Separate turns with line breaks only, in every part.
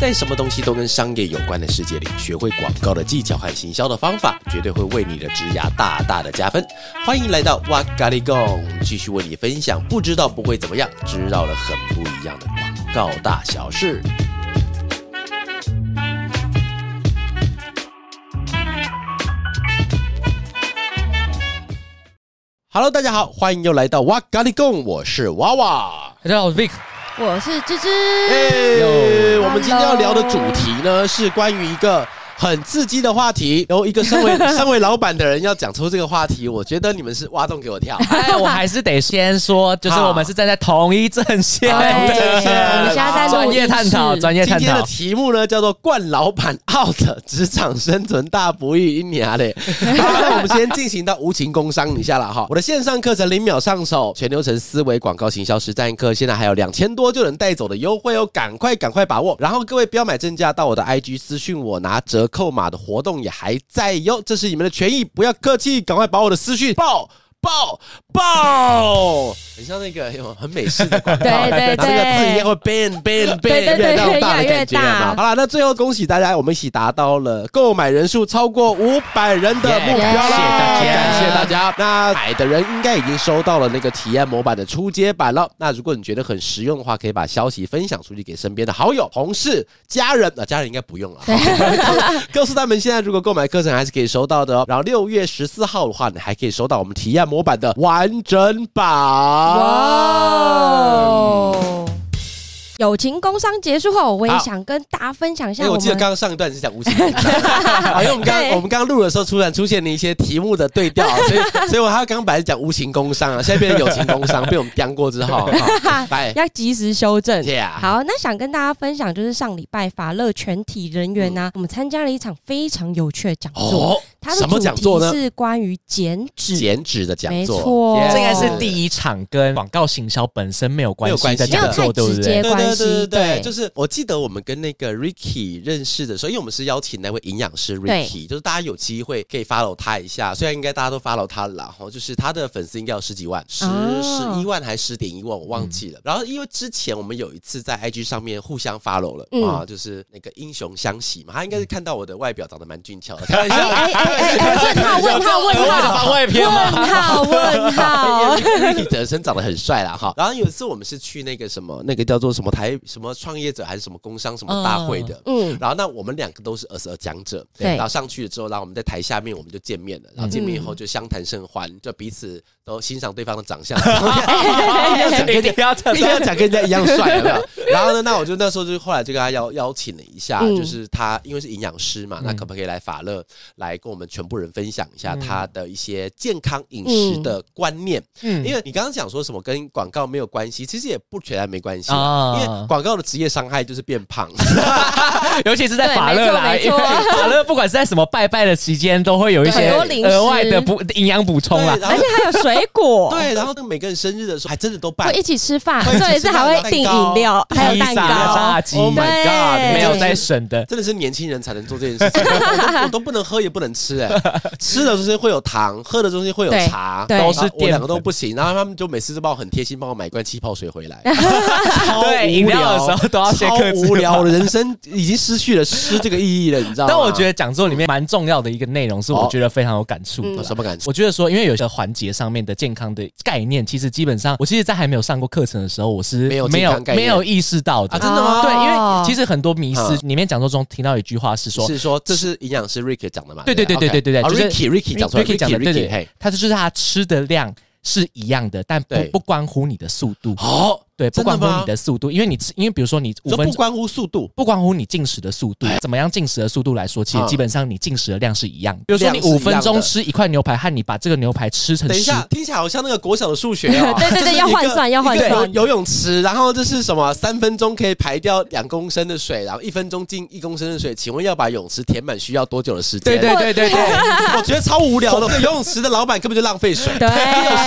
在什么东西都跟商业有关的世界里，学会广告的技巧和行销的方法，绝对会为你的职涯大大的加分。欢迎来到哇咖喱贡，继续为你分享不知道不会怎么样，知道了很不一样的广告大小事。Hello，大家好，欢迎又来到哇咖喱贡，我是娃娃。
大家好，我是 Vic。
我是芝芝，
哎，
Yo
我们今天要聊的主题呢是关于一个很刺激的话题，然后一个身为身为老板的人要讲出这个话题，我觉得你们是挖洞给我跳。
哎，我还是得先说，就是我们是站在同一阵线
对
的，
我们现在在录
专业
音
探
室
讨，专业
今
探
天的
讨。
题目呢叫做“冠老板 out 职场生存大不易”，一年啊 嘞。好，那我们先进行到无情工商一下了哈。我的线上课程零秒上手，全流程思维广告行销实战课，现在还有两千多就能带走的优惠哦，赶快赶快把握。然后各位不要买正价，到我的 IG 私讯我拿折扣码的活动也还在哟，这是你们的权益，不要客气，赶快把我的私讯爆。爆爆！很像那个有没有很美式的广告，
对
然后那
对
个字一定会 ban ban
对
ban
对对
越到大的
越来越
感觉嘛。
大
好了，那最后恭喜大家，我们一起达到了购买人数超过五百人的目标了
Yeah，谢谢
感谢大
大家
家。那买的人应该已经收到了那个体验模板的初阶版了。那如果你觉得很实用的话，可以把消息分享出去给身边的好友、同事、家人。啊，家人应该不用 了。告诉他们现在如果购买课程还是可以收到的哦。然后六月十四号的话，你还可以收到我们体验模板的完整版。哇！
哦，友情工商结束后，我也想跟大家分享一
因
下
哎为我
我
记得
们
刚刚上一段是讲无情 工伤，好因为我们刚刚
对
我们刚刚录的时候突然出现了一些题目的对 调，所以所以我还刚刚本来是讲无情工伤啊，现在变成有情工伤，被我们刁过之 后，哈拜啊
要及时修正。
，Yeah，
好，那想跟大家分享，就是上礼拜法乐全体人员呢、我们参加了一场非常有趣的讲座，
哦，
它的
什么
主
讲座
题
呢？
是关于减脂，
减脂的讲
没
座
错
Yeah，
这应该是第一场跟广告行销本身没有关系的
没有
讲
关系
座，
的
对不
没
对对对对
对？
有太直接关系
对，
对
就是我记得我们跟那个 Ricky 认识的时候，因为我们是邀请那位营养师 Ricky，就是大家有机会可以 follow 他一下，虽然应该大家都 follow 他了啦，然后就是他的粉丝应该有十几万，十
哦
十一万还是十点一万，我忘记了。然后因为之前我们有一次在 IG 上面互相 follow 了、
嗯
啊，就是那个英雄相喜嘛，他应该是看到我的外表长得蛮俊俏的，开玩笑。
哎哎哎哎，问号问号问
额外的
号
番外篇吗？
问号问
哎
号，
Ricky 本身长得很帅啦哈，然后有一次我们是去那个什么，那个叫做什么台什么创业者还是什么工商什么大会的，
嗯，
然后那我们两个都是二十二讲者，
对
然后上去了之后，然后我们在台下面我们就见面了，然后见面以后就相谈甚欢，就彼此都欣赏对方的长相，
一定要这
一定要讲跟人家一样帅，有没有？然后呢，那我就那时候就后来就跟他邀邀请了一下，
嗯
就是他因为是营养师嘛，那可不可以来法乐来跟我们全部人分享一下
嗯
他的一些健康饮食的观念？
嗯
因为你刚刚讲说什么跟广告没有关系，其实也不全然没关系。
啊
因为广告的职业伤害就是变胖，
尤其是在法乐来，
对没
因
错
为
没错
法乐不管是在什么拜拜的期间，都会有一些
很多零食
额外的补营养补充啦
对。然
而
后
且还有水果，
对，然后那每个人生日的时候还真的都办
会一起吃饭，
会一起吃
重点是还会订饮料，还有
披萨
蛋
炸
糕，
鸡，
Oh my God，
对
没有在省的。
真的是年轻人才能做这件事情，我都我都不能喝也不能吃、哎，吃的东西会有糖，喝的东西会有茶，
对对
然后
都是淀
我
粉
两个都不行，然后他们就每次都帮我很贴心帮我买一罐气泡水 回来，超
对饮
无
料
聊
的时候都要先
超
克制
无聊
化
的人生已经失去了吃这个意义了，你知道吗？
但我觉得讲座里面蛮重要的一个内容，是
哦
我觉得非常有感触的
有
啦。
什么感觉？
我觉得说，因为有些环节上面的健康的概念，其实基本上，我其实，在还没有上过课程的时候，我是
没有
没
健
有
康概念
没有意识到的。
啊真的吗
对，因为其
实
实很多迷思
嗯
里面讲座中听到一句话是说，
是说这是营养师 Rick 讲的嘛？
对对对
对
对对对对就是
Ricky Ricky 讲出来
Ricky 讲的对
Ricky
对
嘿，
他就是他吃的量是一样的，但不
对
不关乎你的速度，
好，
对，不
真的
关乎
吗
你的速度，因为你吃，因为比如说你
你
五
说
分
不
钟。
关乎速度，
不关乎你进食的速度，怎么样进食的速度来说，其实
嗯
基本上你进食的量是一样的。比如说你
量是一
五
样的
分钟吃一块牛排，和你把这个牛排吃成
等一
十
下，听起来好像那个国小的数学哦。
对对对
就是一个
要换算要换
一
算
个游游泳池，然后这是什么？三分钟可以排掉两公升的水，然后一分钟进一公升的水。请问要把泳池填满需要多久的时间？
对对对对 对，啊
我觉得超无聊的。这个 游泳池的老板根本就浪费水。
对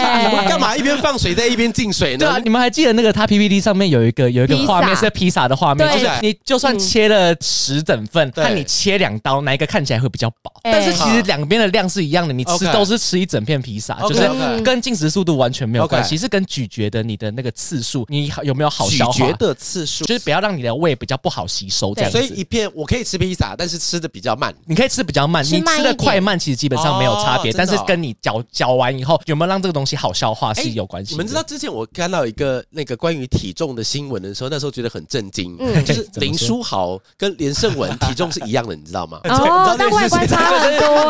你们干嘛一边放水在一边进水
对啊，
呢？
你们还记得那个他 PPT 上面有一个有一个
披萨
画面是披萨的画面，
对
就是你就算切了十整份，
对
看你切两刀，哪一个看起来会比较饱？
哎
但是其实两边的量是一样的，你吃
OK
都是吃一整片披萨，就
OK，
是
OK
跟进食速度完全没有
OK
关系，是跟咀嚼的你的那个次数，你有没有好
咀
消化
嚼？的次数
就。是不要让你的胃比较不好吸收这样
所
子。
以一片我可以吃披萨，但是吃的比较慢。
你可以吃比较慢，
吃
你
慢
吃
一
的
点
快慢其实基本上没有差别，
哦真
但
的哦
是跟你嚼嚼完以后有没有让这个东西好消化
哎
是有关系的。
你们知道之前我看到一个那个关于体重的新闻的时候，那时候觉得很震惊，
嗯
就是
怎么说
林书豪跟连胜文体重是一样的，你知道 吗？
哦，但外观差很多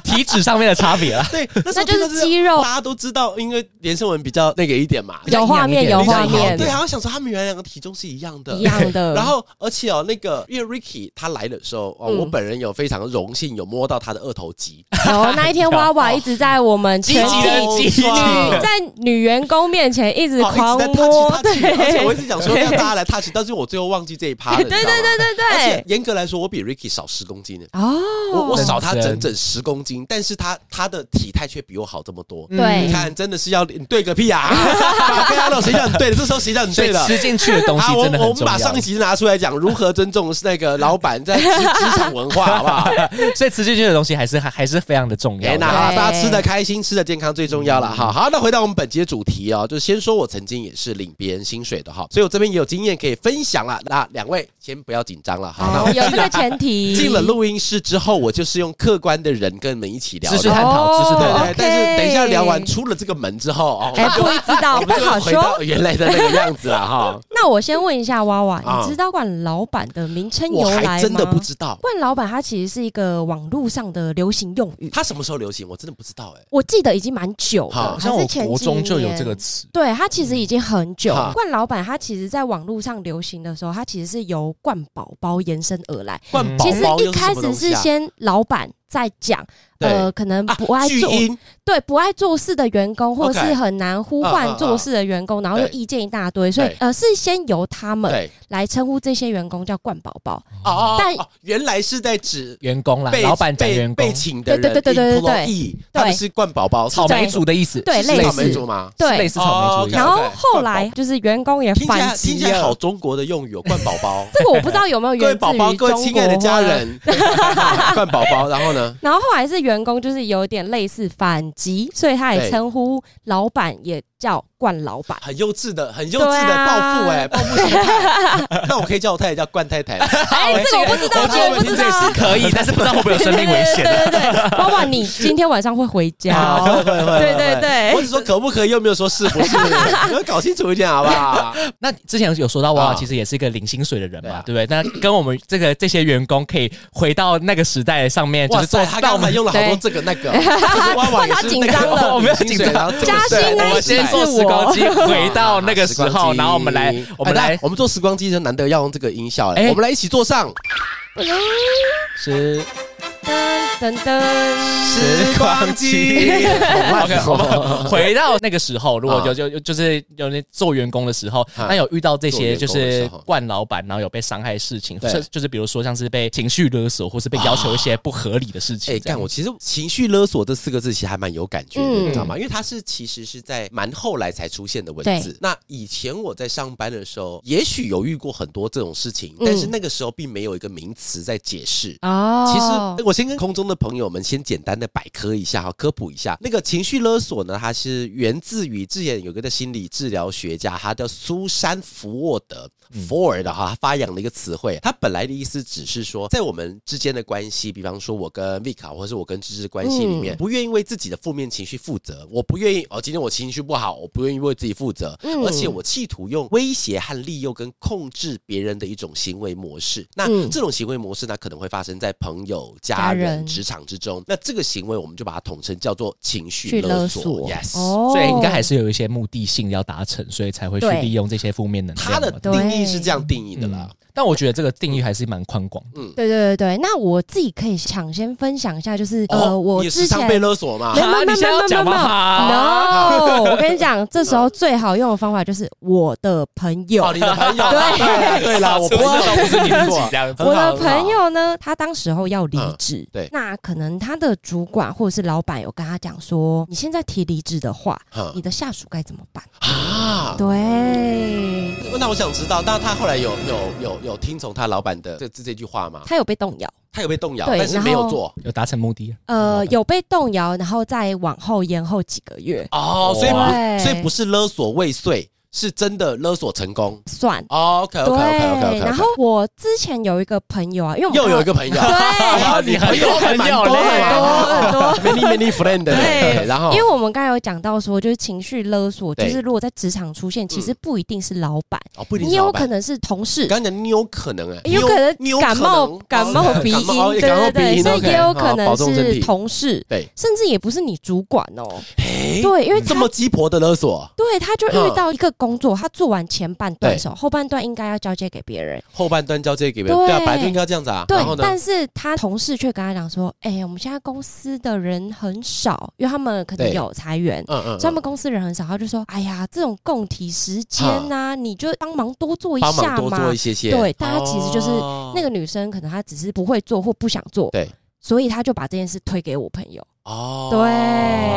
？
体脂上面的差 别啦啊
对，那时候
那就是
听到这个
肌肉
大家都知道，因为连胜文比较那个一点嘛，
有画面有
比较
画
好
面
对，还要想说他们原来两个体重是一样的，
一样 的，
然后，而且哦，那个因为 Ricky 他来的时候，哦，
嗯
我本人有非常荣幸有摸到他的二头肌，
有那一天娃 娃一直在我们全
积
体
极地
女
积极地
在女员工面前一直
哦，
狂
一直在 touch
摸，
touch，
对
而且我一直 想说让大家来 touch，但是我最后忘记这一趴了，
对
你知道吗
对对对对
而且严格来说，我比 Ricky 少十公斤呢，
哦，
我我少他
认真
整整十公斤，但是他他的体态却比我好这么
嗯
多。
对
你看，真的是要你对个屁 啊！跟阿龙谁叫你对的？这时候谁叫你
所
对
以
的？
吃进去的东西
啊，我
真的
我
很
们
重要。
把上一集拿出来讲，如何尊重那个老板在职职场文化，好不 好？
所以吃进去的东西还是还还是非常的重
哎，
要
那
的。
好，
对
大家吃的开心，吃的健康最重要
嗯
了哈。好，那回到我们本节主题哦，就先说我曾经也是领别人薪水的哈，所以我这边也有经验可以分享了。那两位先不要紧张了哈。那
哎
好
我
有 这个前提，
进了录音室之后，我就是用客观的人跟你们一起聊
知识
的。
哦
探讨，知识
对
探
对对，，
讨
但是等一下聊完
哦，OK
出了这个门之后哦，
哎，不知道
我
不
们就
好
回到
说。
原来的那个样子了哈。
那我先问一下娃娃，
啊
你知道冠老板的名称
我
由来吗？
还真的不知道，
冠老板他其实是一个网络上的流行用语，
他什么时候流行，我真的不知道哎。
我记得已经蛮久
好
了，还是前几年。
词。
对他其实已经很久
好，
冠老板他其实在网络上流行的时候，他其实是由冠宝宝延伸而来。
冠
嗯
宝
其实
宝
一
又
开
什么
始
东西
是
啊
先老板在讲，呃，
对
可能
啊
不爱
巨
做，
婴
对不爱做事的员工，或
OK 嗯
是很难呼唤做事的员工，然后又
对
意见一大堆，所以
对
呃，是先由他们
对
来称呼这些员工叫“冠宝宝
哦哦，
但
哦原来是在指
员工啦
被，
老板讲
被
员
被
工，
请的人，
对对对对对对
employee，他们是冠宝宝，
草莓族的意思，
对
是
类
草
似
莓族吗”。？
是类
对，
似草莓族的意
然
思。
后
OK，
后来就是员工也
听起来
反
听
击
起来好
了。。
中国的用语哦，冠宝宝
这个我不知道有没 有
各位
源自
宝宝，
于
各位
中
亲爱的
国
家
话。
人，冠宝宝。然后呢？
然后后来是员工，就是有点类似反击，所以他也
对
称呼老板也叫“冠老 板”。
很幼稚的，很幼稚
对
的
啊
报复哎，报复心态。 那我可以叫我太太叫冠太 太吗，
哎，这个我不知道，
我
这个我不知道啊。
可 以，但是不知道会不会有生命危险。 啊
对对对对对，妈妈，你今天晚上会回家
啊
哦。
会会会
对
会
对对
我只说可不可以，又没有说是 不是，你们搞清楚一点好不好？
那之前有说到娃
啊
娃其实也是一个领薪水的人
对
嘛，
啊
对不对？那跟我们这个这些员工可以回到那个时代上面，就
哇
哎是做
塞，他
到我
刚才
们
用了好多这个那个，就是娃娃也是那
换他紧张
个，
了
我没有紧张，
加
啊
薪啊那一
我们
集
先做
是
时光
我
机回到那个时
时光
候，
机
然后我们来，我们
哎
来
那我们做时光机就难得要用这个音效了，
哎
我们来一起坐上
时
噔噔噔，
时光机。
哎
哦
OK，我 们回到那个时候，如果有就就是有那做员工的时候，
啊
那有遇到这
做员
些
工
就
的时候
是惯老板，然后有被伤害的事情，
对啊
是就是比如说像是被情绪勒索，或是被要求一些不合理的事情
哎，
这样。
干！我其实“情绪勒索”这四个字其实还蛮有感觉的，
嗯
你知道吗？因为它是其实是在蛮后来才出现的文字
对。
那以前我在上班的时候，也许有遇过很多这种事情，
嗯
但是那个时候并没有一个名词在解释。其
哦，
实，我先跟空中的朋友们先简单的百科一下哈，科普一下。那个情绪勒索呢，它是源自于之前有一个的心理治疗学家，他叫苏珊·福沃德 （Ford） 哈，他发扬了一个词汇。他本来的意思只是说，在我们之间的关系，比方说我跟 Vika 或者是我跟芝芝的关系里面，
嗯
不愿意为自己的负面情绪负责，我不愿意哦，今天我情绪不好，我不愿意为自己负责，
嗯
而且我企图用威胁和利诱跟控制别人的一种行为模式。那
嗯
这种行为模式呢，可能会发生在朋友、家家
家
人、
人
职场之中，那这个行为我们就把它统称叫做情绪
去
勒
勒
索。
索
yes，、
哦
所以应该还是有一些目的性要达成，所以才会去
对
利用这些负面能量
它
嘛。
的嗯
对不对
定义是这样定义的啦。嗯
但我觉得这个定义还是蛮宽广的。
对对对对，那我自己可以抢先分享一下，就是、呃，我
哦你
之
时
前
常被勒索嘛
没，有
啊
没有
你现在要讲吗？
没有
哈
no，我跟你讲，这时候最好用的方法就是我的朋友
哦，。你的朋友，
对
对 啦，我
不
不
知
知道
道不是你啊自己这样子。
很好
我的
很好
朋友呢，他当时候要离职、
对
那可能他的主管或者是老板有跟他讲说，你现在提离职的话，
哼
你的下属该怎么办？
啊。
对，
那我想知道，那他后来有有有有听从他老板的这这这句话吗？
他有被动摇，
他有被动摇，
对
但是没有
然后
做
有达成目的，啊
嗯
呃，有被动摇，然后再往后延后几个月
哦，所以不，
对
所以不是勒索未遂，是真的勒索成功。
算。
OK OK
对
OK OK OK，
然后我之前有一个朋友啊，因为我
又有一
个
个朋友，
对
你朋友还蛮多
朋友嘞
的
很多很
，many many friend 的，
对
对，然后
因为我们刚才有讲到说，就是情绪勒索，就
哦对
是如果在职场出现，其实不一定是老板，
哦不一定
你
是
有
老
可
板，
能是同事，
刚才讲你有可能哎，
也有可能
你有
感冒
可能
感冒鼻音，
哦
对
感冒
对
鼻
对，
音
所以
OK，
也有可
好保
能
重身
是
体
同事，
对，
甚至也不是你主管哦，
哎，
对，因为
这
他
么鸡婆的勒索，
对他就
嗯
遇到一个工作，他做完前半段
对
的时候，后半段应该要交接给别人，
后半段交接给别人，
对
对啊，本来就应该这样子啊，
对
然后，呢，
但是他同事却跟他讲说，哎，我们现在公司的人很少，因为他们可能
对
有裁员。
嗯嗯
所以他们公司人很少，他就说：“哎呀，这种共体时间呐、你就帮忙多做一
嗯帮忙
下
多做
嘛
一。些些，
对但他其实就是
哦
那个女生可能她只是不会做或不想做，
对，
所以她就把这件事推给我朋友。
哦
对，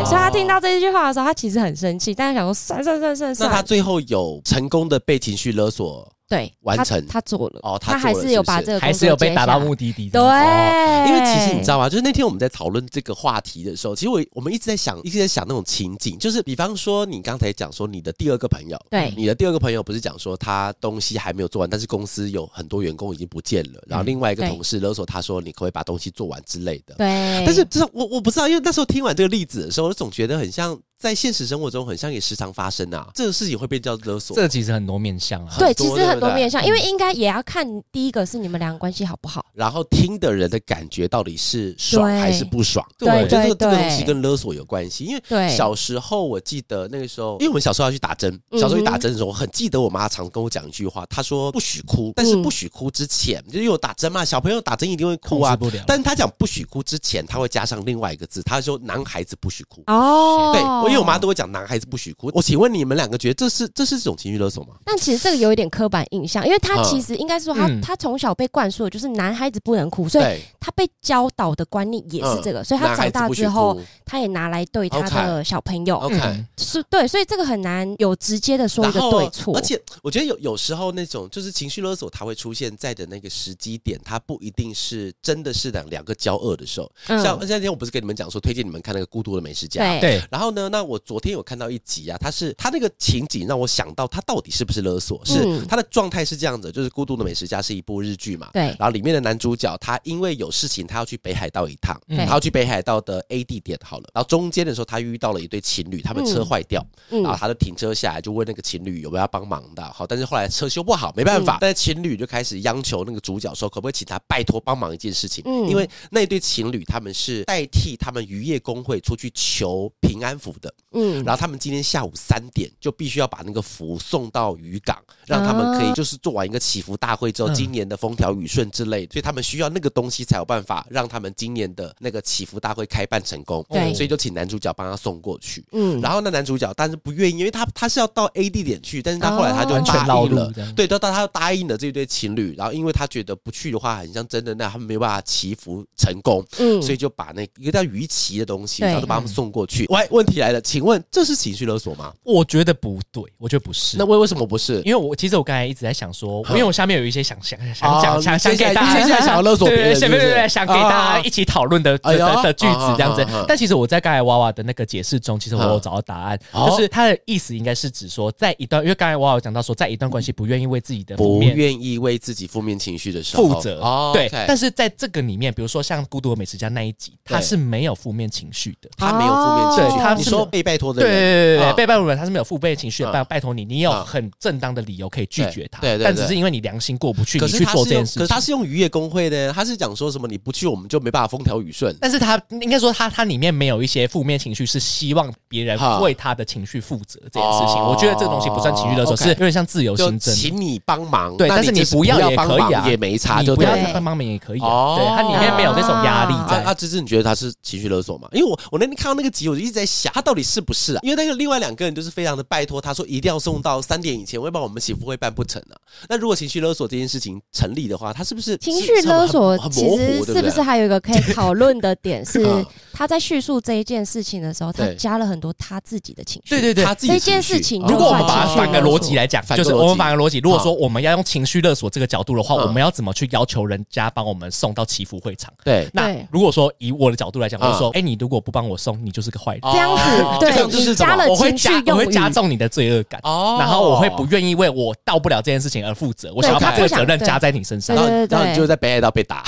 所以他听到这一句话的时候，他其实很生气，但是想说算算算算
那他
算，
最后有成功的被情绪勒索
对，
完
他
成
他做了，
哦，
他
做了
还是有把
不
这个
还
工
是
作
有被
接
达到
下来
目的地的。哦
对，
哦因为其实你知道吗？就是那天我们在讨论这个话题的时候，其实我我们一直在想，一直在想那种情景，就是比方说你刚才讲说你的第二个朋友，
对
你的第二个朋友不是讲说他东西还没有做完，但是公司有很多员工已经不见了，
嗯
然后另外一个
对
同事勒索他说你可不可以把东西做完之类的。
对，
但是就是我我不知道，因为那时候听完这个例子的时候，我总觉得很像在现实生活中很像也时常发生啊，这个事情会被叫勒索。
这其实很多面向啊。
对，
很多
其实
对
很
嗯
多
不对
面向，因为应该也要看第一个是你们两个关系好不好，
然后听的人的感觉到底是爽
对
还是不爽？
对
我觉得这个这
对
个东西
对
跟勒索有关系，因为
对，
小时候我记得那个时候，因为我们小时候要去打针，
嗯哼
小时候去打针的时候，我很记得我妈常跟我讲一句话，她说不许哭，但是
嗯
不许哭之前，就是因为我打针嘛，小朋友打针一定会哭
控制
啊。
不了，
但是她讲不许哭之前，她会加上另外一个字，她说男孩子不许哭。
哦，
对，我因为我妈都会讲男孩子不许哭。我请问你们两个觉得这是这是这种情绪勒索吗？
但其实这个有一点刻板印象，因为他
嗯
其实应该是说他、
嗯
他从小被灌输的就是男孩子不能哭，所以，他被教导的观念也是这个，所以他
嗯男孩
长
子
大
不许
之后，
哭哦
他也拿来对他的小朋友，
OK，
嗯
是对，所以这个很难有直接的说一
然
个
后，
对错
而，且我觉得有有时候那种就是情绪勒索，它会出现在的那个时机点，它不一定是真的是两两个交恶的时候。像
嗯，
那天我不是跟你们讲说推荐你们看那个《孤独的美食家》。
对
对，
然后呢？那我昨天有看到一集啊，它是它那个情景让我想到，它到底是不是勒索？是
嗯
它的状态是这样子，就是《孤独的美食家》是一部日剧嘛，
对
然后里面的男主角他因为有事情，他要去北海道一趟，
嗯
他要去北海道的 A 地点好了。然后中间的时候，他遇到了一对情侣，他们车
嗯
坏掉，然后
嗯，
他就停车下来，就问那个情侣有没有要帮忙的。好，但是后来车修不好，没办
嗯
法，但是情侣就开始央求那个主角说，可不可以请他拜托帮忙一件事情？
嗯
因为那一对情侣他们是代替他们渔业工会出去求平安符的，
嗯，
然后他们今天下午三点就必须要把那个符送到渔港，让他们可
啊
以就是做完一个祈福大会之后，
嗯
今年的风调雨顺之类，所以他们需要那个东西才有办法让他们今年的那个祈福大会开办成功。
对
所以就请男主角帮他送过去。
嗯，
然后那男主角但是不愿意，因为他他是要到 A 地点去，但是他后来他就
哦
安全
答
绕
应
路
了
这样，
对，到到他答应了这对情侣，然后因为他觉得不去的话，很像真的那他们没有办法祈福成功，
嗯，
所以就把那一个叫鱼鳍的东西，
对
然后就把他们送过去。喂，问题来了，请问这是情绪勒索吗？
我觉得不对，我觉得不是
那。为为什么不是？
因嗯为我其实我刚才一直在想说，
好
因为我下面有一些想想想
哦
讲想想
你接下
给
来
大
你接下来
家
想要勒索别人
对对
是不
对
是
对对，想给大家一起讨论的
哎
的
呦
的的句子这样子
啊啊啊啊。
但其实我在刚才娃娃的那个解释中，其实我
啊
有找到答案，
哦
就是他的意思应该是指说，在一段因为刚才娃娃有讲到说，在一段关系不愿意为自己的负
不
面
愿意为自己负面情绪的时候
负责
哦，
对
OK，
但是在这个里面，比如说像《孤独的美食家》那一集，他
对
是没有负面情绪的。
他没有负面
对
情绪。
他
你
是
说托被拜托的
啊对
人，
对对对，
啊
被拜托人他是没有父辈情绪的，
嗯
拜拜托你，你有
嗯
很正当的理由可以拒绝他，
对对对
但只是因为你良心过不去，
可
你
是
去
他
做
是
这件
用，可
事情
是。他是用渔业工会的，他是讲说什么你不去我们就没办法风调雨顺。
但是他应该说他他里面没有一些负面情绪，是希望别人
哈
为他的情绪负责这件事情。
哦
我觉得这个东西不算情绪勒索，
OK
是有点像自由
就
新政。
请你帮忙，
对
那
但是你
就是
不
不
要也
帮
可以
忙
啊
也没差，
你
就
不
对
要
了。
对
帮忙也可以啊、
哦
对，它里面没有那种压力
啊
在。
啊！芝芝，你觉得他是情绪勒索吗？因为我我那天看到那个集，我就一直在想，他到底是不是啊？因为那个另外两个人就是非常的拜托，他说一定要送到三点以前，要不然我们媳妇会办不成啊。那如果情绪勒索这件事情成立的话，他是不是
情绪勒索
是很
其
模
实
糊，对
是
不
不是
对？
还 有一个可以讨论的点是
嗯，
他在叙述这一件事情的时候，他
对
加了很多他自己的情绪。
对对对
他，自己的
这
情
件
绪
事情
哦
如果我们把它
算
反
情绪
个
勒
逻
索
辑来讲，
反
就
个
是
逻辑啊
我们反个逻辑，如果
好
说我们要用情绪勒索这个角度的话，
嗯
我们要怎么去要求人家帮我们送到祈福会场？
对
那
对
如果说以我的角度来讲，我就
嗯
说，哎，你如果不帮我送，你就是个坏人，
这样子
哦
对
这样就是
你
什么
加了
我会
情绪
加我
用
会加
语
重你的罪恶感，
哦
然后我会不愿意为我到不了这件事情而负责，我想要
对
把
他
这个
不想
责任
对
加在你身上
然。后
对对对
然后你就在北海道被 打，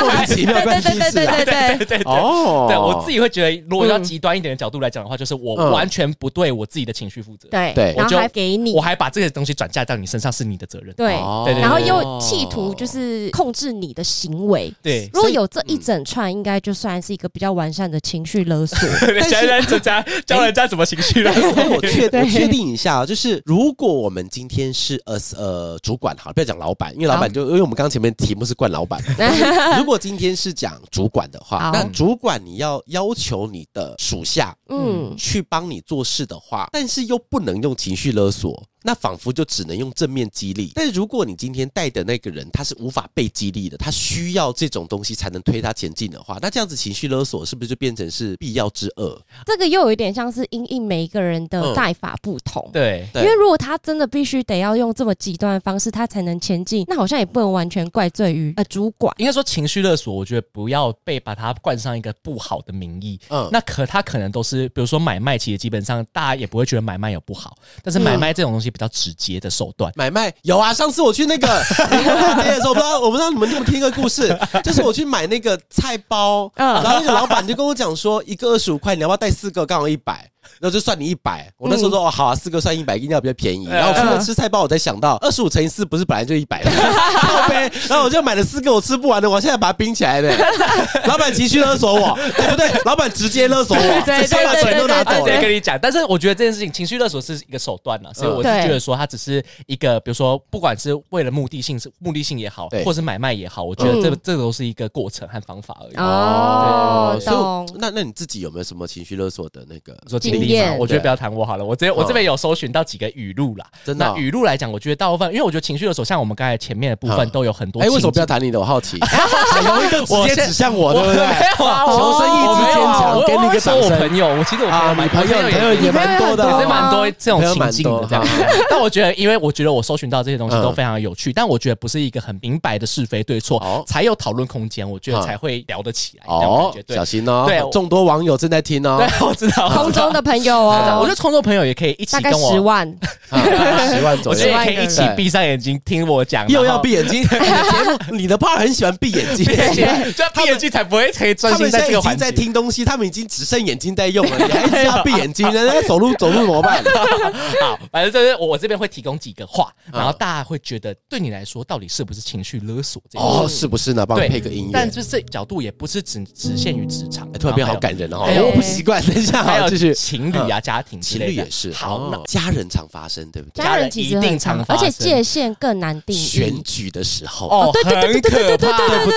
莫名其妙关
对对
心
对
事
对
啊。
对对对，
对对
哦
对我自己会觉得，如果要
嗯
极端一点的角度来讲的话，就是我
嗯
完全不对我自己的情绪负责，
对
对
然
我
后
就
还给你
我，还把这个东西转嫁到你身上是你的责任。
对，
哦
对对对
然后又企图就是控制你的行为。
对，
如果有这一
嗯
整串，应该就算是一个比较完善的情绪 勒索。
但是
教人家教人家怎么情绪了。
但哎我 确
对
我确定一下，就是如果我们今天是呃呃主管，好，不要讲老板，因为老板就因为我们刚刚前面题目是冠老 板，如果今天是讲主管的话
好，
那主管你要要求你的属下
嗯，
去帮你做事的话，但是又不能用情绪勒索。那仿佛就只能用正面激励，但是如果你今天带的那个人他是无法被激励的，他需要这种东西才能推他前进的话，那这样子情绪勒索是不是就变成是必要之恶？
这个又有一点像是因应每一个人的
嗯
带法不 同。
对，
对
因为如果他真的必须得要用这么极端的方式，他才能前进，那好像也不能完全怪罪于呃主管。
应该说情绪勒索，我觉得不要被把它冠上一个不好的名义。
嗯，
那可他可能都是，比如说买卖，其实基本上大家也不会觉得买卖有不好，
嗯
但是买卖这种东西比较直接的手段。
买卖有啊，上次我去那个 林口大街的时候，我不知道我不知道你们有没有听个故事，就是我去买那个菜包，
嗯
然后那个老板就跟我讲说，一个二十五块，你要不要带四个，刚好一百。然后就算你一百，我那时候
嗯
说、哦好啊，四个算一百，一定要比较便宜。然后我去那吃菜包，我才想到二十五乘以四不是本来就一百吗？靠呗。然后我就买了四个我吃不完的，我现在把它冰起来的。老板情绪勒索我，对不对？老板直接勒索我，
对对
先把钱都拿
他
走
直接
了。
哎跟你讲，但是我觉得这件事情情绪勒索是一个手段啊
嗯
了，所以我是
对
觉得说它只是一个，比如说不管是为了目的性是目的性也好
对，
或是买卖也好，我觉得这
嗯
这都是一个过程和方法而已。
哦，
所以我
懂。
那那你自己有没有什么情绪勒索的那个？
说
经
经历嘛，
验
我觉得
对哦
不要谈我好了。我这我这边有搜寻到几个语录啦，
真的哦
那语录来讲，我觉得大部分，因为我觉得情绪勒索，像我们刚才前面的部分
嗯
都有很多
哎、
情境。
为什么不要谈你的？我 好奇，很容易就
我
直接
先
指向我，对不对？
没有啊，我
求生意志
我没有啊
坚强
我
给你一个
我说
掌声
我朋友，我其实我
啊，
朋
你
友
朋友
蛮
朋友也蛮多的
你
也是
朋
哦，
友
蛮多这种情境的这样
朋友。啊
但我觉得，因为我觉得我搜寻到这些东西
嗯
都非常有趣，但我觉得不是一个很明白的是非对错
好，
才有讨论空间，我觉得
嗯
才会聊得起来。哦
哦，，
对
小心哦，
对我
众多网友正在听哦，
对，我知道。
空中的朋友
我知 道，我
哦
觉，得空中朋友也可以一起
大概
跟我
十万，
啊十万
我
左
觉得
右
也。可以一起闭上眼睛听我 讲，
又
然
要
后
闭眼 睛，你的节目，你的 part 很喜欢闭眼睛。
闭眼睛，就要闭眼睛才不会可以专
他
心
们现
在
在
这
已
个环
经
节
在。听东西，他们已经只剩眼睛在用了，你还一直要闭眼睛，人家走路走路怎么 办？
好，反正就是我我这边会提供几个话，然后大家会觉得对你来说到底是不是情绪勒索这件
哦，
事？
是不是呢？帮我
对
配个音乐，
但就是这角度也不是只只限于职场，
哎突然变好感人哦，
还有
我不习惯。等一下，
还
好
有
继续。
情侣啊、家庭之
情
类的
侣也是，
好，
哦
那
家人常发生，对不对？
家
家
人
人其实
一定
很
常
常，
发
而且
生
界限更难
嗯
定
选
义。
举的时候，
哦，
对对
很
对对
可
对对对
怕，
对不对？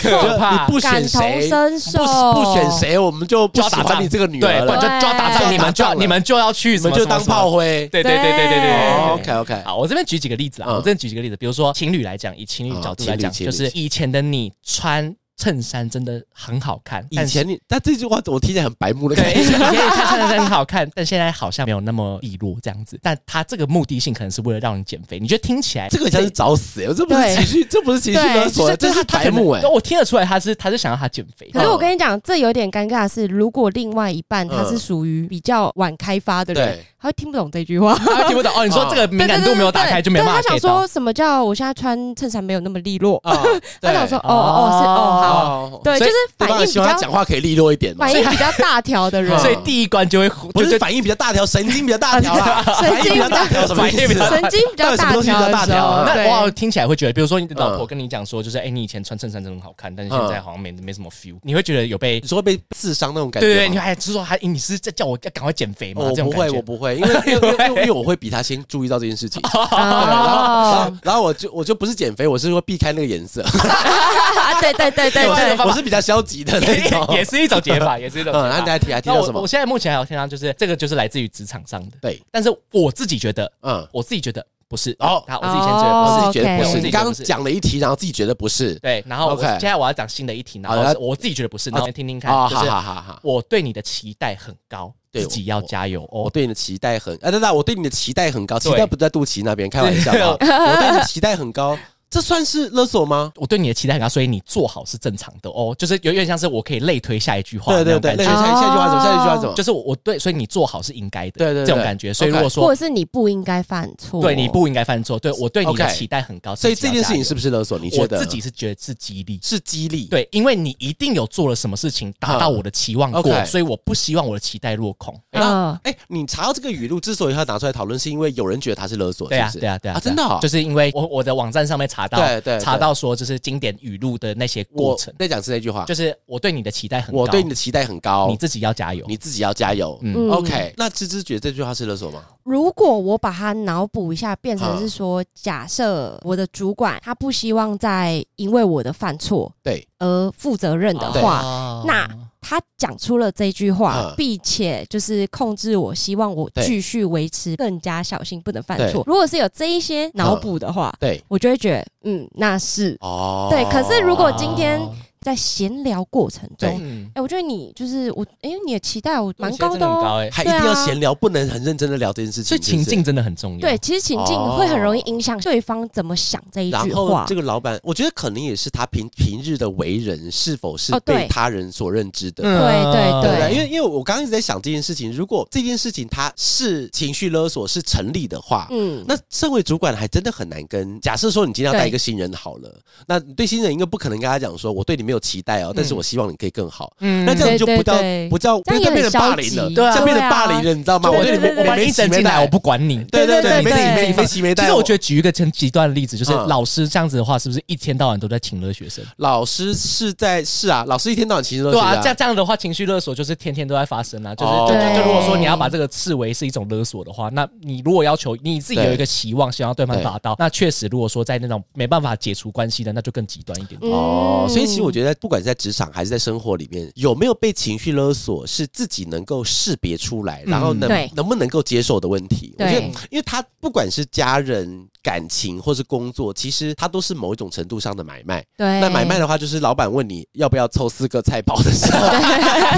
对
很可怕
你不
感
选
同
谁，
身受，
不不选，谁，我们就不
就要
喜
打
欢
仗，
你这个女
对
儿，
不然
了，
就就要打
对
仗，你们就
打
要
仗了
你们就要去
我
什
们
么
就
什么
当
什么
炮灰。
对对对对对对
哦
对
OK OK，
好，我这边举几个例子啊，
嗯
我这边举几个例子，比如说情侣来讲，以情侣角度来讲，
哦情
就
侣
是以前的你穿衬衫真的很好看，
以
但是
前你，但这句话我听起来很白目的
对
感
以
觉。
前以前你穿衬衫很好看，但现在好像没有那么利落这样子。但他这个目的性可能是为了让你减肥，你觉得听起来
这个像是找死，这不是
对
情绪，这不是情绪
对
勒索，这
就是他
白目
可
哎
能。我听得出来他是他是想要他减 肥，
可是我跟你讲，这有点尴尬的是，如果另外一半他
嗯
是属于比较晚开发的人
对，
他会听不懂这句话。
他听不懂哦。你说这个敏感度没有打
哦
开就没
对
办法
他想
get 到
说什么叫我现在穿衬衫没有那么利落？
啊，
他想说哦哦是哦好，
哦
对，
所
就
以
是
对
反
方
应
也
比
希望他
较
讲话可以利落一点嘛
反，应比较大条的 人
嗯，
所以第一关就会就
不是
就
反应比较大条，神经比较大条啦，
神
反应
经
比
比
较
较
大条什么意
反应比较
思？啊
神经比较
到底
大
什么东西比较
条
大
的时
条
候
啊，
那哇，
对，
听起来会觉得，比如说你的
嗯
老婆跟你讲说，就是哎、你以前穿衬衫真的很好看，但是现在好像没没什么 feel，你会觉得有被
你说被刺伤那种感
对
觉吗？
对对，你还是说还你是在叫我赶快减肥吗？
我
这种
不
感
会，
觉。
我不会，因为因为因为因为我会比他先注意到这件事情。对然后，然
哦
后，然后我就我就不是减肥，我是说避开那个颜色，
啊，对对对对
我
对
是，我是比较消极的那种
也是一种解 法，也是一种
嗯，那
解
你
法。
还提还提
那
到
我
什么
我？现在目前还有听到，就是这个就是来自于职场上的，
对，
但是我自己觉得，
嗯，
我自己觉得不是
哦
那我自己先觉得不
我
是。
自己觉得不是，
OK
你刚刚讲了一题，然后自己觉得不是。
对，然后我
OK
现在我要讲新的一题，然
好
后
的
是我自己觉得不是，然后先听听看，
哦，
就
好
是
好好好，
我对你的期待很高，
对
自己要加油
我
哦。
对你的期待很，啊，对对，我对你的期待很高，期
对
待不在肚脐那边，开玩笑啊， 我对你的期待很高，这算是勒索吗？
我对你的期待很高，所以你做好是正常的哦，就是有点像是我可以类推下一句话
对
那
对
种
对，
感
那
觉
个，下下一句话怎么？下一句话怎么？
哦就是我我对，所以你做好是应该的，
对对对
这种感觉。所以如果
或
说
者是你不应该犯错，
对你不应该犯错，对我对你的
OK
期待很高，
所以
自
这
己要
件事
加
情
油
是不是勒索？你觉
我
得
自己是觉得是激励。
是激励？，
对，因为你一定有做了什么事情达到我的期望
嗯
过，
OK
所以我不希望我的期待落空。
嗯，
哎，你查到这个语录之所以要拿出来讨论，是因为有人觉得它是勒索，
对
是
啊
不，是？
对啊，对啊，
啊真的哦
就是因为我我的网站上面查到，
对对对
查到说就是经典语录的那些过
我
程，
再讲是那句话，
就是我对你的期待很高，
我对你的期待很高
你，自己要加油。
你自己要加油。
嗯
嗯
OK，那芝芝觉得这句话是勒索吗？
如果我把它脑补一下，变成是说，假设我的主管他不希望再因为我的犯错
嗯对，
而负责任的
对
话，
哦
那他讲出了这句话
嗯，
并且就是控制我，希望我
对
继续维持更加小心，不能犯
对
错。如果是有这一些脑补的话，
对，
我就会觉得，嗯，那是
哦，
对可是如果今天
哦
在闲聊过程中
对，
嗯
哎，我觉得你就是我，哎，你的期待我蛮
我觉得
高
真
的
很
哦
高。哎，
还一定要闲聊，不能很认真的聊这件事情，
所以情
是不是
境真的很重要。
对，，其实情境
哦
会很容易影响对方怎么想这一
然
句
后
话
这。个老板，我觉得可能也是他平平日的为人是否是
哦对
被他人所认知
嗯
的。
对
对不对？
对
因为因为我刚刚一直在想这件事情，如果这件事情它是情绪勒索是成立的话，
嗯，
那身为主管还真的很难跟。假设说你今天要带一个新人好了，那你对新人应该不可能跟他讲说，我对你没有期待哦，但是我希望你可以更好。
嗯
那这样就不叫
对对对
不叫，
这样
就
也
变成霸
很消
凌了，
极
这样变
对
成
啊
霸凌了，你知道吗？
对
我对
对
你没
对对，
我
我把
没
你
期
整进
待，
来，我不管你。
对对对，
对
没没
对对
没期没待。
其实我觉得举一个很极端的例子，就是
嗯
老师这样子的话，是不是一天到晚都在请勒学生？
老师是在是啊，老师一天到晚其实都
对
是
啊，这
这
样
样
这样的话，情绪勒索就是天天都在发生啊。就是
哦
就就就
对
如果说你要把这个视为是一种勒索的话，那你如果要求你自己有一个期望，想要对方达到，那确实如果说在那种没办法解除关系的，那就更极端一
嗯
点。
哦，所以其实我
得
觉得，不管是在职场还是在生活里面，有没有被情绪勒索，是自己能够识别出来，然后能、
嗯对
能不能够接受的问题。我觉得
对，
因为他不管是家人、感情或是工作，其实它都是某一种程度上的买卖。
对
那买卖的话，就是老板问你要不要凑四个菜包的时候，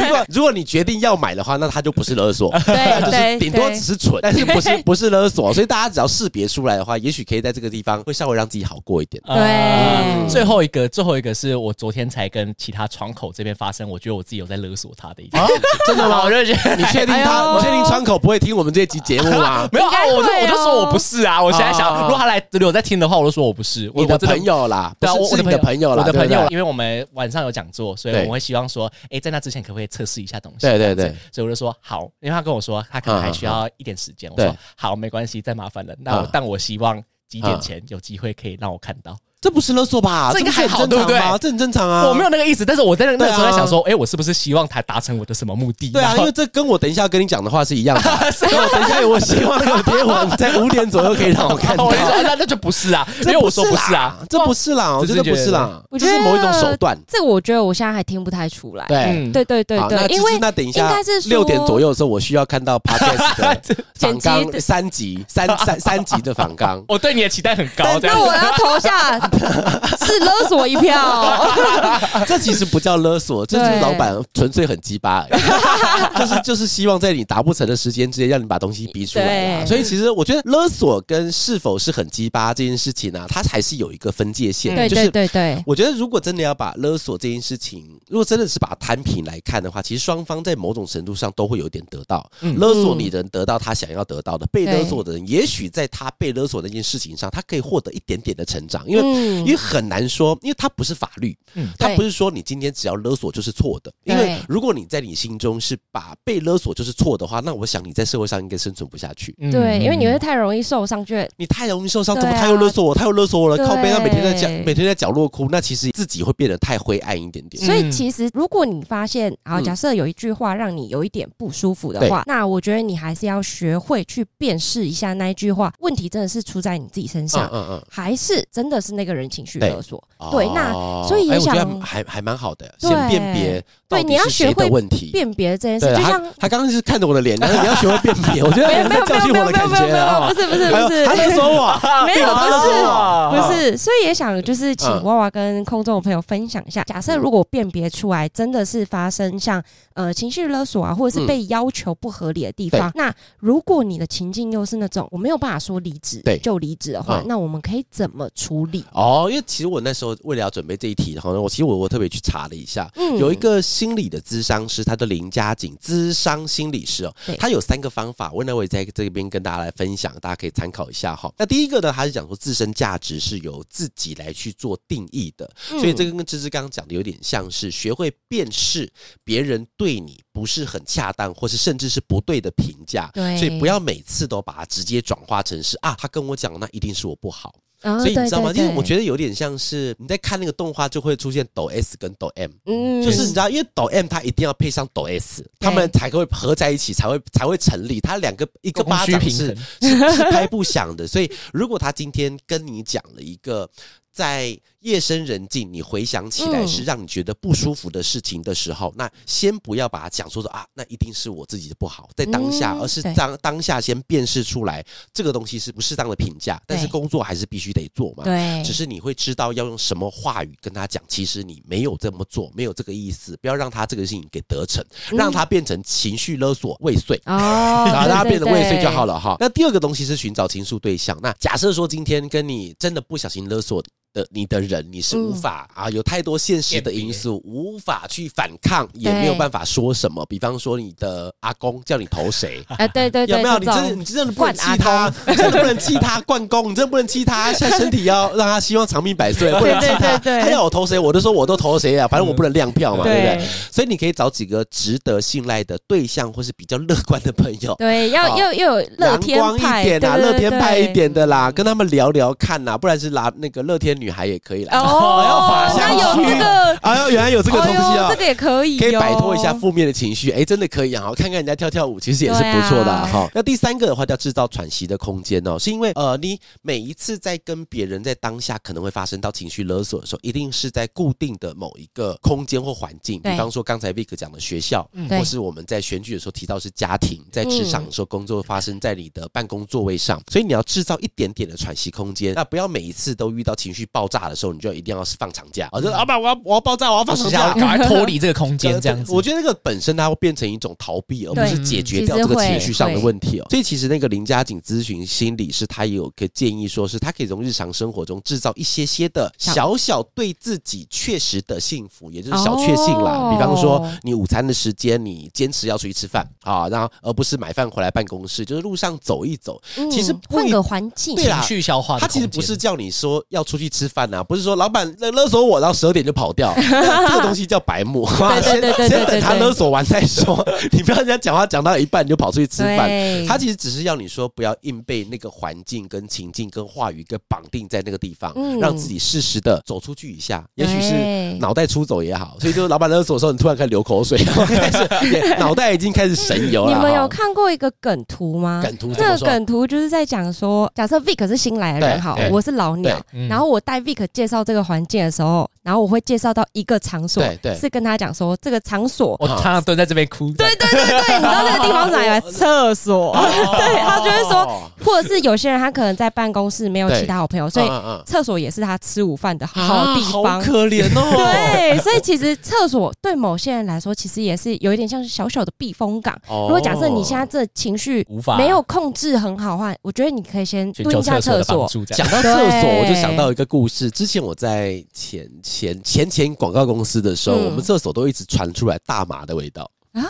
如果如果你决定要买的话，那他就不是勒索。
对
就
对
是顶多
对
只是蠢，但是不 是不是勒索，所以大家只要识别出来的话，也许可以在这个地方会稍微让自己好过一点。
呃
对
最后一个，最后一个是我昨天才跟其他窗口这边发生，我觉得我自己有在勒索他的一
哦
件事情，哦真的 吗？我就觉 得？
你确定
哎
他？
呦
你确定窗口不会听我们这期节目吗
没有啊，我就
会哦
我就说我不是啊，我现在想，
啊
如果他来如果在听的话，我就说我不是，我
你的
我真的
朋友啦，不
对啊，
是
我
是你
我
的朋友啦，
我的朋
对
友
不
啦，
对
因为我们晚上有讲座，所以我
对
们会希望说，哎，在那之前可不可以测试一下东西？
对对
这样
对啊
子，所以我就说好，因为他跟我说他可能还需要一点时间，我
对
说好，没关系，再麻烦了。那我
嗯
但我希望几
啊
点前有机会可以让我看到，
这不是勒索吧？
这
这
应该
不是很
还好
正常
对不
吗？
对
这很正常啊。
我没有那个意思，但是我在那
对
那
啊
时候在想说，哎，我是不是希望他达成我的什么目的？
对啊，
然
因
后
为这跟我等一下跟你讲的话是一样的。跟我等一下，我希望有天我在五点左右 可以让我看到
我。就说那那就不是啊，因
这
为我说不是啊，
这不是啦，我
只
觉得
是
不是啦，
我
这
觉
是
得
某一种手段。
这，我觉得我现在还听不太出来。
对，
嗯
对对对
好，
对
那，芝
因
芝
为
那等一
应
下
该是
六点
说
左右的时候，我需要看到 podcast 的
剪
访
辑
纲
的
三集，三三三集的访纲。
我对你的期待很高，这
对
样
那我要投下是勒索 一票，
这其实不叫勒索，这就是
对
老板纯粹很鸡巴而已， 就是就是希望在你达不成的时间之内，让你把东西逼出来啦。
对
所以其实我觉得勒索跟是否是很鸡巴这件事情呢、啊，它还是有一个分界线，
对
就是
对对对，
我觉得，如果真的要把勒索这件事情，如果真的是把它摊平来看的话，其实双方在某种程度上都会有点得到。
嗯
勒索你的人得到他想要得到的，被勒
对
索的人也许在他被勒索那件事情上，他可以获得一点点的成长，因为、因为
嗯，
很难说，因为它不是法律，
嗯
它
对
不是说你今天只要勒索就是错的。因为
对
如果你在你心中是把被勒索就是错的话，那我想你在社会上应该生存不下去。
嗯
对，因为你会太容易受伤，就会
你太容易受伤，
对
怎
啊
么他又勒索我，他又勒索我了，靠背，他每天在角
对
每天在角落哭，那其实自己会变得太灰暗一点点。
所以
嗯
其实，如果你发现啊，
嗯
假设有一句话让你有一点不舒服的话，那我觉得你还是要学会去辨识一下那一句话，问题真的是出在你自己身上，
嗯嗯
还是真的是那个人情绪勒索？
嗯，
对那
哦
所以也
哎我觉得
想
还还蛮好的，
对
先辨别到
对
底
你要
是谁
学会
的问题。
辨别这件事，
对，
就
他
像
他刚刚是看着我的脸，但是你要学会辨别，我觉得
没
有人
有没
在教
有没有
训我
没有
的感
没有没有
觉
没有，
啊
不！是不是
还有
不是
他勒索我，
没有
他勒
不
索啊
是。
我，
不是，所以也想就是请
嗯
娃娃跟空中的朋友分享一下，假设如果辨别出来真的是发生像呃情绪勒索啊，或
嗯
者是被要求不合理的地方，那如果你的情境又是那种我没有办法说离职，
对
就离职的话
嗯，
那我们可以怎么处理？
哦，因为其实我那时候为了要准备这一题，然后呢，我其实我我特别去查了一下，
嗯
有一个心理的咨商师，他叫林家景，咨商心理师哦
对，
他有三个方法，我那我也在这边跟大家来分享，大家可以参考一下哈。那第一个呢，他是讲说自身价值是由自己来去做定义的，所以这
个
个跟芝芝刚刚讲的有点像是学会辨识别人对你不是很恰当，或是甚至是不对的评价。
对，
所以不要每次都把它直接转化成是啊，他跟我讲，那一定是我不好。
啊，
所以你知道吗？因为我
得
觉得有点像是你在看那个动画，就会出现抖 S 跟抖 M，
嗯
就是你知道，因为抖 M 它一定要配上抖 S，他们才会合在一起，才会才会成立。它两个一个
供
巴
需
掌
平
是
衡，
是是拍不响的。所以如果他今天跟你讲了一个。在夜深人静，你回想起来
嗯
是让你觉得不舒服的事情的时候，那先不要把它讲说说啊，那一定是我自己的不好，在当下，
嗯
而是
对
当当下先辨识出来这个东西是不适当的评价，但是
对
工作还是必须得做嘛。
对，
只是你会知道要用什么话语跟他讲，其实你没有这么做，没有这个意思，不要让他这个事情给得逞，
嗯
让他变成情绪勒索未遂。
哦，
然后让他变得未遂就好
了。
了哈。那第二个东西是寻找倾诉对象。那假设说今天跟你真的不小心勒索的你的人，你是
嗯
无法、啊，有太多现实的因素无法去反抗，也没有办法说什么。比方说你的阿公叫你投谁，
哎，对 对
有
对，
没有？
这
你真的
种
你真的不能气
灌
他，你真的不能气他，灌公，你真的不能气他，现在身体要让他希望长命百岁，不能气他。
对对对对
他要我投谁，我就说我都投谁啊，反正我不能亮票嘛，对不对？
对
所以你可以找几个值得信赖的对象，或是比较乐观的朋友。
对，
好
要要要有乐
阳
天
光一
派
点
对
啦，
对
乐
对
天派一
对
点的啦，跟他们聊聊看啦，不然是拿那个乐天女孩也可以啦。
哦，
要法
下
那有
去
这个
哎呦，原来有这个东西
哎
啊
呦这！个也可以、哦，
可以摆脱一下负面的情绪，哎，真的可以啊！看看人家跳跳舞，其实也是不错的啊
对
哈、那第三个的话叫制造喘息的空间哦，是因为呃，你每一次在跟别人在当下可能会发生到情绪勒索的时候，一定是在固定的某一个空间或环境，比
对
方说刚才 Vic 讲的学校，
对
或是我们在选举的时候提到是家庭，在职场的时候工作发生在你的办公座位上，所以你要制造一点点的喘息空间，那不要每一次都遇到情绪爆炸的时候，你就一定要放长假，啊，就老板我要我要爆炸，我要放长
想
假
要，赶快脱离这个空间，这样子。
我觉得那个本身它会变成一种逃避，而不是解决掉这个情绪上的问题哦。所以其实那个林家景咨询心理师，他也有个建议，说是他可以从日常生活中制造一些些的小小对自己确实的幸福，也就是小确幸啦。
哦
比方说你午餐的时间，你坚持要出去吃饭啊，然后而不是买饭回来办公室，就是路上走一走。
嗯
其实不
换
一
个环境，
对啦
情绪消化的
他其实
空
不
间
是叫你说要出去吃饭啊，不是说老板勒勒索我，然后十二点就跑 掉，那这个东西叫白目。先
对对对对对
等他
对对
勒索完再说，你不要人家讲话讲到一半你就跑出去吃饭。
对
他其实只是要你说不要硬被那个环境、跟情境、跟话语跟绑定在那个地方，
嗯
让自己适时的走出去一下，也许是
对
脑袋出走也好。所以就是老板勒索的时候，你突然开始流 口水，然后开始也脑袋已经开始神游了。
你们有
哈
看过一个梗图吗？
梗图怎
这
么
个
说？
梗图就是在讲说，假设 Vic 是新来的人好
对，对嗯
我是老鸟，
对
然后我带 Vic 介绍这个环境的时候，然后我会介绍到一个场所，
对对
是跟他讲说这个场所，
我常常蹲哦在这边哭。
对对对对，你知道这个地方是哪 里吗？厕所。 对，他就会说，
哦
或者是有些人他可能在办公室没有
对
其他好朋友，所以
嗯嗯
厕所也是他吃午饭的
嗯
好地
啊
方
好。可怜哦。
对，所以其实厕所对某些人来说，其实也是有一点像是小小的避风港。
哦
如果假设你现在这情绪
无法
没有控制很好的话，我觉得你可以先
寻
蹲
求
一下
厕所
厕
的帮
所。
助，这样
讲到厕所，
对
我就想到一个故事。之前我在前前前前广告公司的时候，
嗯
我们厕所都一直传出来大麻的味道，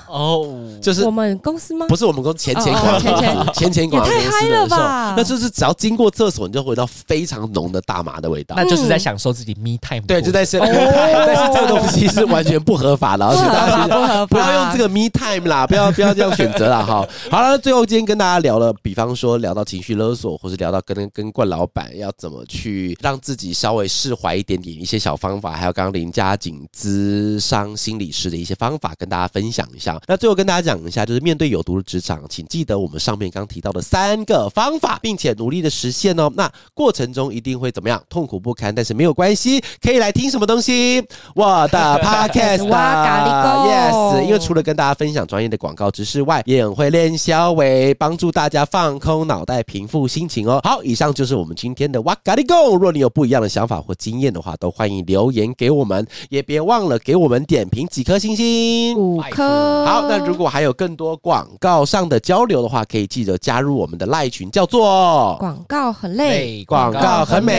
哦，
就是
我们公司吗？
不是我们公前前广告
哦哦前
公司前前
也
广告
太
公司
嗨
的
了
时候，
吧！
那就是只要经过厕所，你就闻到非常浓的大麻的味道。
那就是在享受自己 me time，的
对，
过
就
程
在
哦
是，但是这个东西是完全不合法的，而
不
且
合
大家
法，不合法，
不要用这个 me time 啦，不要不要这样选择啦哈。好了，那最后今天跟大家聊了，比方说聊到情绪勒索，或是聊到跟跟冠老板要怎么去让自己稍微释怀一点点一些小方法，还有刚刚林家景咨商心理师的一些方法跟大家分享一下。那最后跟大家讲一下，就是面对有毒的职场，请记得我们上面刚提到的三个方法，并且努力的实现哦。那过程中一定会怎么样？痛苦不堪，但是没有关系，可以来听什么东西？我的 podcast，
哇咖喱狗
yes，因为除除了跟大家分享专业的广告知识外，也很会练肖维，帮助大家放空脑袋、平复心情哦。好，以上就是我们今天的哇咖喱 go。若你有不一样的想法或经验的话，都欢迎留言给我们，也别忘了给我们点评几颗星星。
五颗。
好，那如果还有更多广告上的交流的话，可以记得加入我们的赖群，叫做
广告很累，
广告很美，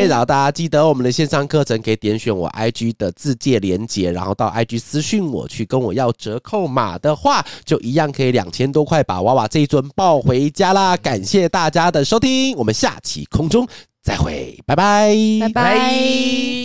美
然后大家记得我们的线上课程可以点选我 IG 的自介连接，然后到 IG 私讯我去跟我要折扣码的话，就一样可以两千多块把娃娃这一尊抱回家啦！感谢哎大家的收听，我们下期空中再会，拜拜，
拜拜。